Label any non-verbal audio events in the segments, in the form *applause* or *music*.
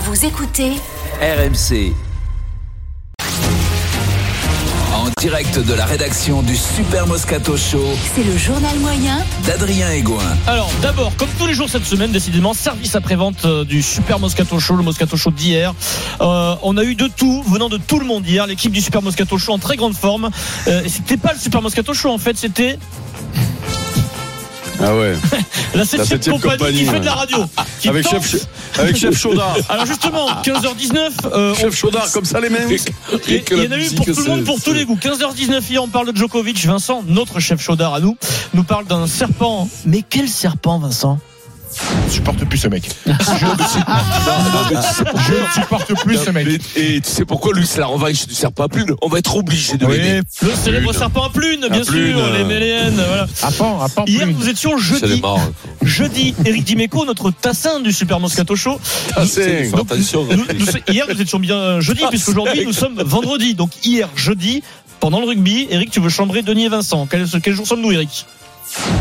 Vous écoutez RMC. En direct de la rédaction du Super Moscato Show C'est le journal moyen d'Adrien Egoin. Alors d'abord, comme tous les jours cette semaine, décidément, service après-vente euh, du Super Moscato Show, le Moscato Show d'hier. Euh, on a eu de tout, venant de tout le monde hier, l'équipe du Super Moscato Show en très grande forme. Euh, et c'était pas le Super Moscato Show en fait, c'était Ah *laughs* ouais. la 7 septième compagnie, compagnie, qui fait ouais. Ah, de la radio. qui Avec tente- chef, avec chef *laughs* Chaudard. Alors justement, 15h19, euh, on- Chef Chaudard, comme ça les mêmes. Il il y en a eu pour tout le monde, pour tous les goûts. 15h19 hier, on parle de Djokovic. Vincent, notre chef chaudard à nous, nous parle d'un serpent. Mais quel serpent, Vincent Je supporte plus ce mec. Je ne supporte plus ce mec. Et tu sais pourquoi lui c'est la revanche du serpent à plume On va être obligé de l'aider. Le célèbre serpent à plume, bien plume, sûr, euh. les Méléennes. Voilà. Appan, appan, Hier, plume. nous étions C'est les jeudi. marrants. Jeudi, Eric Dimeco, notre tassin du Super Moscato Show. Ah, c'est- Fais attention. Nous- nous- hier, nous étions bien euh, Ah, jeudi, puisqu'aujourd'hui, nous sommes vendredi. Donc, hier, jeudi, pendant le rugby, Eric, tu veux chambrer Denis et Vincent. Quel, quel jour sommes-nous, Eric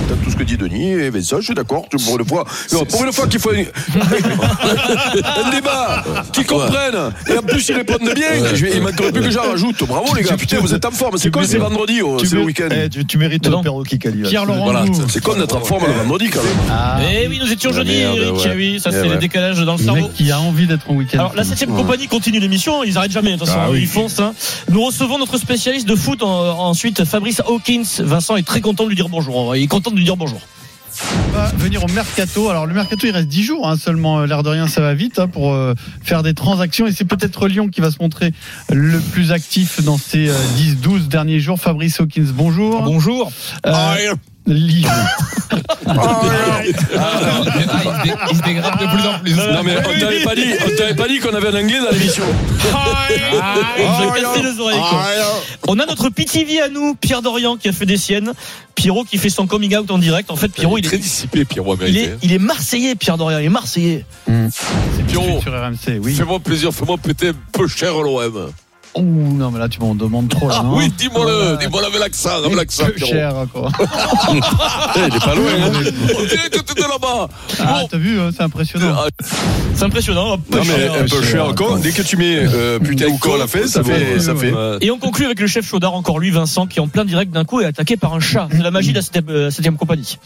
T'as tout ce que dit Denis, et ben ça, je suis d'accord. tu- Pour une fois, non, pour une fois qu'il faut *laughs* une- un débat, qu'ils comprennent, et en plus ils répondent bien. Je vais- Il manquerait plus que j'en rajoute. Bravo les gars, putain, vous êtes en forme. C'est con, c'est vendredi, oh, c'est le week-end. mérites le perroquet, Pierre Laurent. Voilà, Loup. C'est con d'être en forme le vendredi quand même. Eh oui, nous étions Ah, jeudi, merde, Eric. ouais. eh oui, ça Eh c'est ouais. le décalage dans le Le cerveau. mec qui a envie d'être en week-end. Alors la 7 Ouais. compagnie continue l'émission, hein, ils arrêtent jamais, de toute façon, Ah oui. ils foncent. hein. Nous recevons notre spécialiste de foot en- ensuite, Fabrice Hawkins. Vincent est très content de lui dire bonjour, il est content de lui dire bonjour. On va venir au mercato. Alors le mercato, il reste 10 jours hein, seulement. euh, L'air de rien, ça va vite hein, pour euh, faire des transactions. Et c'est peut-être Lyon qui va se montrer le plus actif dans ces euh, 10-12 derniers jours. Fabrice Hawkins, bonjour. Bonjour. Euh, Lille. Il se dégrade de plus en plus. Non mais on t'avait pas dit, on t'avait pas dit qu'on avait un anglais dans l'émission. Ah, les oreilles, quoi. On a notre PTV à nous, Pierre Dorian qui a fait des siennes, Pierrot qui fait son coming out en direct. En fait, Pierrot, il très est, dissipé, Pierrot, à il vérité. est, il est marseillais, Pierre Dorian, il est marseillais. C'est plus Pierrot. sur RMC, oui. Fais-moi plaisir, fais-moi péter un peu cher l'OM. Ouh, non, mais là, tu m'en demandes trop. là, Ah hein. oui, dis-moi-le, Ouais. dis-moi-le avec l'accent, avec l'accent, Que Pierrot. cher, quoi. Il est pas loin. hein. On dirait que t'étais là-bas. Ah, t'as vu, hein, c'est impressionnant. Ah, C'est impressionnant. Non mais euh, Cher. un peu cher encore. Dès que tu mets euh, putain Ou ou con à la fin, ça fait, ça fait. euh, Et on conclut avec le chef chaudard, encore lui, Vincent, qui en plein direct d'un coup est attaqué par un chat. C'est la magie de la 7 septième compagnie.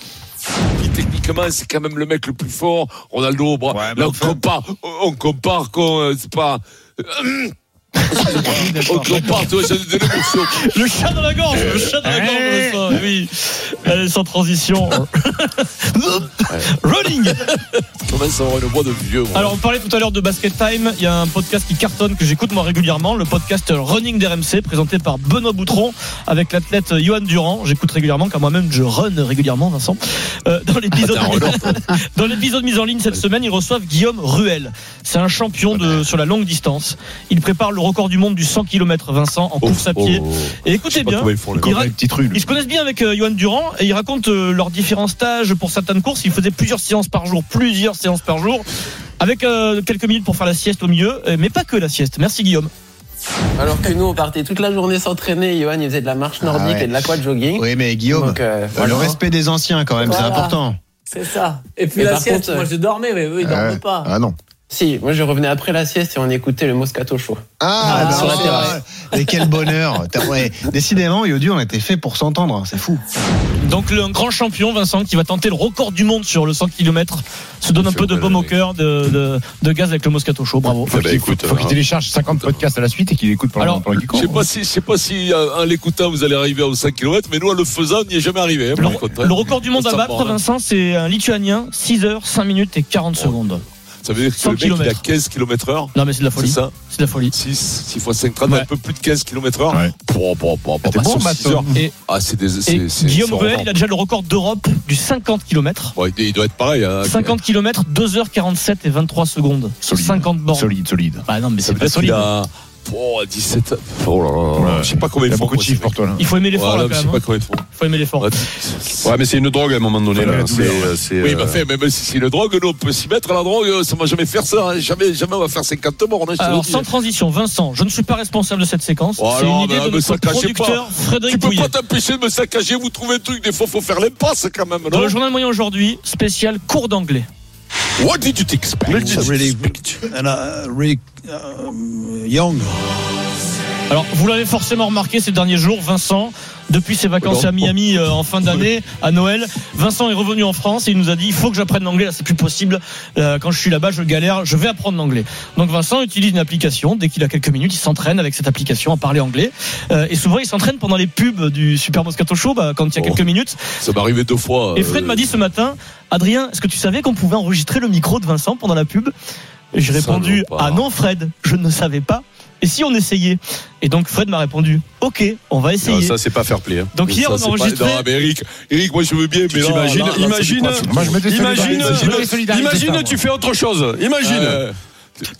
Puis, techniquement, c'est quand même le mec le plus fort. Ronaldo, au bras. Ouais, mais Là, on enfin. compare, on compare qu'on, euh, c'est pas. Ah, on compare, tu vois, j'ai de l'émotion. *laughs* Le chat dans la gorge Le chat dans la gorge, Vincent, oui. Allez, sans *laughs* transition. Rolling Commence à avoir une voix de vieux. moi. Alors, on parlait tout à l'heure de Basket Time. Il y a un podcast qui cartonne, que j'écoute moi régulièrement, le podcast Running d'RMC, présenté par Benoît Boutron, avec l'athlète Johan Durand. J'écoute régulièrement, car moi-même, je run régulièrement, Vincent. Euh, dans l'épisode T'as Ah, un renard, toi. *laughs* Dans l'épisode mis en ligne cette semaine, ils reçoivent Guillaume Ruel. C'est un champion de, sur la longue distance. Il prépare le record du monde du 100 km, Vincent, en Oh, course à pied. Et écoutez bien, Comment ils font, les ils, gars ra- ils se connaissent bien avec euh, Johan Durand et ils racontent euh, leurs différents stages pour certaines courses. Ils faisaient plusieurs séances par jour, plusieurs séances par jour, avec euh, quelques minutes pour faire la sieste au milieu, euh, mais pas que la sieste. Merci Guillaume. Alors que nous, on partait toute la journée s'entraîner. Johan, il faisait de la marche nordique Ah ouais. et de l'aqua-jogging. Oui, mais Guillaume, Donc, euh, euh, le voilà. respect des anciens quand même, c'est Voilà. important. C'est ça. Et puis la sieste, moi je dormais, mais eux, ils Ah ouais. Ah non. Si, moi je revenais après la sieste et on écoutait le Moscato Show. Ah, Ah, bah, sur la ouais. terrasse. Mais quel bonheur. T'as- ouais. Décidément, Yodu, on a été fait pour s'entendre, hein, c'est fou. Donc le un grand champion Vincent qui va tenter le record du monde sur le 100 km se donne un peu de baume au cœur, de, de- de gaz avec le Moscato Show. Bravo. Ah bah, écoute, Faut qu'il hein. télécharge 50 podcasts à la suite et qu'il écoute pendant Alors, pendant qu'il Je sais court. pas si, je sais pas si euh, en l'écoutant vous allez arriver aux 5 km, mais nous en le faisant, on n'y est jamais arrivé. hein, par contre, hein. Le record du monde On à s'en battre, branle, hein. Vincent, c'est un Lituanien, 6 h 5 minutes et 40 secondes. Ça veut dire que 100 le mec, il a kilomètres. 15 km heure. Non, mais c'est de la folie. C'est ça C'est de la folie. 6, 6 x 5, 30, Ouais. un peu plus de 15 km heure. Ouais. Pour, pour, pour, pour, T'es bon, Bah, sur Matt, six heures. Et, Ah, c'est des. et c'est- c'est- Guillaume c'est Ruel, vraiment- il a déjà le record d'Europe du 50 km. Bon, il il doit être pareil. hein. 50 km, 2h47 et 23 secondes. Sur Solide. 50 bornes. Solide, solide. Bah non, mais Ça c'est veut pas dire qu'il solide. a. Oh, 17. Oh là là là. Ouais. Je sais pas combien Il y ils a font. beaucoup de quoi, ces chiffres pour toi, là. Il faut aimer mecs. l'effort Voilà, là quand mais je sais même. pas hein. comment ils font. Faut aimer l'effort. Ouais, Ouais, mais c'est une drogue à un moment donné. Faut aimer Là. la douleur, C'est, euh, c'est, Oui, euh, bah fait, même si c'est une drogue, nous, on peut s'y mettre à la drogue, euh, ça va jamais faire ça, hein. jamais, jamais on va faire 50 morts. hein, je te le Alors dis. sans transition, Vincent, je ne suis pas responsable de cette séquence. Oh, c'est non, une idée mais- de mais notre ça cachez pas. producteur Frédéric hein. Tu peux Pouillet. pas t'empêcher de me saccager, vous trouvez un truc, des fois faut faire l'impasse quand même, Dans non le journal moyen aujourd'hui, spécial cours d'anglais. What did you expect Alors, vous l'avez forcément remarqué ces derniers jours, Vincent, depuis ses vacances à Miami euh, en fin d'année, à Noël, Vincent est revenu en France et il nous a dit il faut que j'apprenne l'anglais, là c'est plus possible. Euh, quand je suis là-bas, je galère, je vais apprendre l'anglais. Donc Vincent utilise une application, dès qu'il a quelques minutes, il s'entraîne avec cette application à parler anglais. Euh, et souvent, il s'entraîne pendant les pubs du Super Moscato Show, bah, quand il y a Oh. quelques minutes. Ça m'est arrivé deux fois. Et Fred euh, m'a dit ce matin, Adrien, est-ce que tu savais qu'on pouvait enregistrer le micro de Vincent pendant la pub Et J'ai Salopard. répondu, ah non Fred, je ne savais pas. Et si on essayait Et donc Fred m'a répondu, ok, on va non, essayer. Ah, ça, c'est pas fair play. hein. donc hier ça, on c'est a enregistré. Pas... Non, mais Eric, Eric, moi je veux bien, mais là. T'imagines, là, là, imagine, ça, c'est pas- Moi, je me imagine, désolidarise. me désolidarise de ça, imagine, tu fais autre chose. Imagine. Euh,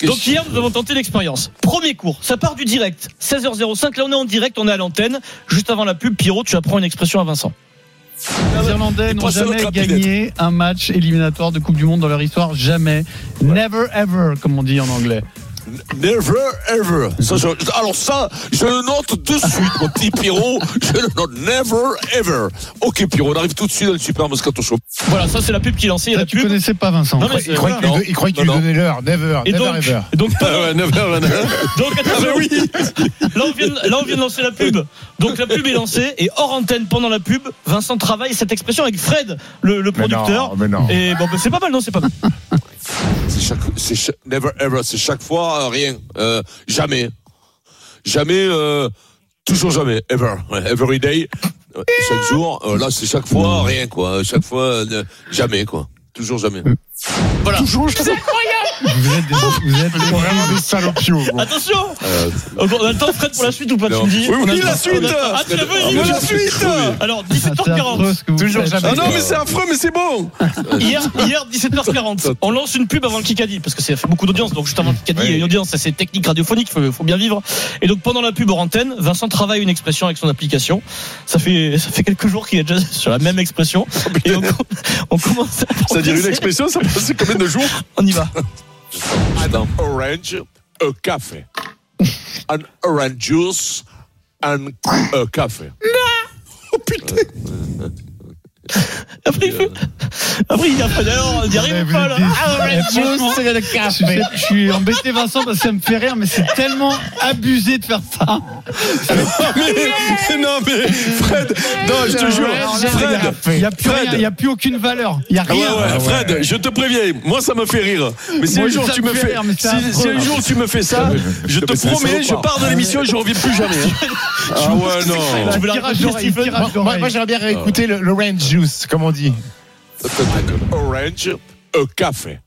donc hier nous avons tenté l'expérience. Premier cours, ça part du direct, 16h05, là on est en direct, on est à l'antenne. Juste avant la pub, Pierrot, tu apprends une expression à Vincent. Les Irlandais Il n'ont pense à jamais l'autre rapidette. gagné un match éliminatoire de Coupe du Monde dans leur histoire, jamais. Never ever, comme on dit en anglais. Never ever. Ça, je- alors ça, je le note de suite, mon petit Pierrot. Je le note never ever. Ok, Pierrot, on arrive tout de suite dans le Super Moscato Show. Voilà, ça c'est la pub qui est lancée, il y a Ça, la tu pub. connaissais pas Vincent. Non, mais c'est- Il croyait que voilà. tu- il croyait que tu lui Non, non. donnais l'heure. Never, Et never, donc, ever. *laughs* donc, Ah ouais, 9h, 9h. Donc attention, *laughs* là, on vient, de- là on vient de lancer la pub. Donc la pub est lancée et hors antenne pendant la pub, Vincent travaille cette expression avec Fred, le, Mais le non, producteur. mais non. Et bon, bah, c'est pas mal, non, c'est pas mal. C'est chaque, c'est cha- never ever, c'est chaque fois euh, rien, Euh, jamais, jamais, euh, toujours jamais, ever, Ouais, every day, Ouais, chaque jour. Euh, là, c'est chaque Mm. fois rien quoi, chaque fois euh, jamais quoi, toujours jamais. Mm. Vous êtes des, vous êtes des- Vraiment des salopios. quoi. Attention Ah, Euh, bon, On a le temps, Fred, pour la suite ou pas Non. Tu me dis Oui, On a oui, le la temps. suite. On a- Ah, tu la veux, Ah, il mais veut la je la hein. suis suite. crevé. Alors, C'est 17h40. affreux ce que vous Toujours faites. jamais. Ah non, mais c'est affreux, mais c'est bon. Hier, hier 17h40, on lance une pub avant le Kikadi, parce que ça fait beaucoup d'audience, donc juste avant le Kikadi, il y a une audience, ça c'est technique radiophonique, faut, faut bien vivre. Et donc pendant la pub hors antenne, Vincent travaille une expression avec son application. Ça fait, ça fait quelques jours qu'il est déjà sur la même expression. Et on, on commence à. C'est-à-dire une expression, Oh, ça passe combien de jours On y va. An orange, a café. An orange juice, and a *laughs* café. Oh, Après, il fait. Après, il y a pas d'heure, on n'y Ouais, arrive vous pas êtes là. des- Ah, ouais, Eh, franchement. franchement, je suis- Je suis embêté Vincent parce que ça me fait rire mais c'est tellement abusé de faire ça. Mais non, mais Fred, non, je te jure, Fred. Il n'y a, plus Fred. rien, il y a plus aucune valeur. Il n'y a Ah ouais, rien. ouais, Fred, je te préviens, moi ça me fait rire. Mais si Moi, un jour ça tu me me fait fais, rire, mais c'est si, si un affreux. jour tu me fais ça, je te mais c'est promets, des je pars de l'émission et je reviens plus *laughs* jamais. hein. Ah ouais, non. Tu veux la Tirage raconter, d'oreille, Stephen tirage Moi, d'oreille. moi, j'aimerais bien réécouter le, le Range Juice, comme on dit. An orange, a *laughs* café.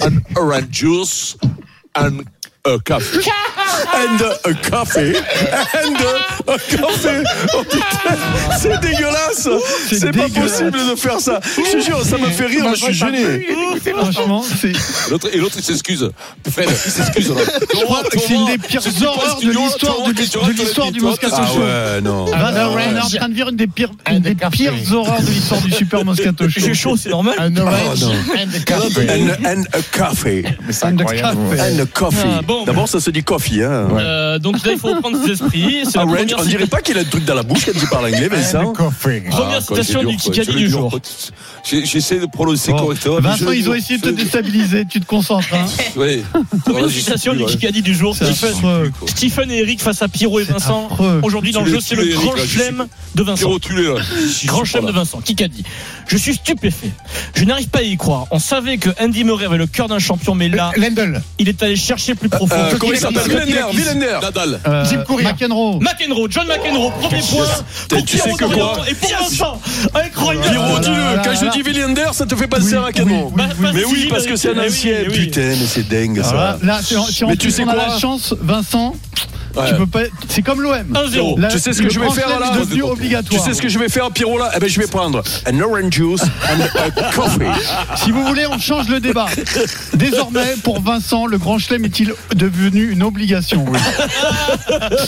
An orange juice, and a *laughs* café. And a café. And a café. Oh putain, c'est dégueulasse. C'est pas dégueulasse. possible de faire ça. Je te jure, ça me fait rire, mais je suis gêné. Franchement, c'est L'autre, et l'autre, il s'excuse. Fred, il s'excuse. l'autre. Laurent, c'est une Laurent, des je pires suis pas horreurs de studio, l'histoire Laurent, de qu'est-ce que tu l'histoire- de racontes, l'histoire du toi, Moscato toi, Ah Show. ouais, non. Vincent, on est en train de vivre une des pires, une des pires horreurs de l'histoire du Super Moscato Show. J'ai chaud, c'est normal. Un Orange non. and a Café. And, and a café. Mais c'est incroyable. café. And a coffee. Ah, bon. D'abord, ça se dit coffee. Hein. Euh, donc là, il faut reprendre ses esprits. Ah, C'est la Orange, première Ah, on dirait pas qu'il a le truc dans la bouche quand il parle anglais, Un Vincent. café. Première Ah, quoi, citation c'est dur, du quoi. Kikadi C'est du dur, jour. quoi. J'ai- J'essaie de prononcer Bon. correctement. mais Vincent, je- ils ont essayé de te déstabiliser. Tu te concentres. Hein. *laughs* Oui. Première citation du Kikadi du jour. C'est Stephen. affreux. Stephen et Eric face à Pierrot et Vincent. affreux. Aujourd'hui dans le Tu jeu, l'es, c'est tu le l'es, grand Eric, là, je chelem de Vincent. Pierrot, tu l'es là. Euh, Grand chelem de Vincent. Qui qu'a dit Je suis stupéfait. Je n'arrive pas à y croire. On savait que Andy Murray avait le cœur d'un champion, mais là, Bah. Lendl. il est allé chercher plus profond. Euh, comment il Qui s'appelle s'appelle Glender, Villander. Nadal. Euh, Jim Courier. McEnroe. McEnroe, John McEnroe, premier point. Pour tu sais Pierrot que quoi Dorian Et pour Vincent, incroyable. Pierrot, dis-le, voilà, quand je voilà. dis Villander, ça te fait passer un canon. Bah, bah, Mais oui, si, parce que c'est un mais oui, ancien. mais oui. Putain, mais c'est dingue ça. Alors Là, si on, si on- Mais tu sais on a quoi la chance, Vincent, tu Ouais. peux pas. C'est comme l'OM. 1-0. Là, Tu sais ce que le je vais grand faire chelem là est devenu Tu obligatoire. sais ce que je vais faire, Pierrot là Eh ben, je vais prendre un orange juice and a coffee. Si vous voulez, on change le débat. Désormais, pour Vincent, le grand chelem est-il devenu une obligation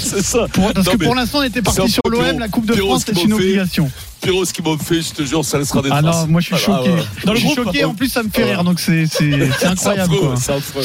C'est ça. Pour- Parce Non, que mais pour l'instant, on était c'est un parti sur peu l'OM, Pierrot- la Coupe de Pierrot, France ce est qu'il une m'a fait. obligation. Pierrot, ce qu'ils m'ont fait, je te jure, ça laissera des Ah traces. non, moi je suis Ah, choqué. ouais. Dans le je suis groupe, choqué, *laughs* pardon. en plus ça me fait rire, donc c'est c'est- c'est C'est incroyable. affreux, quoi. c'est affreux.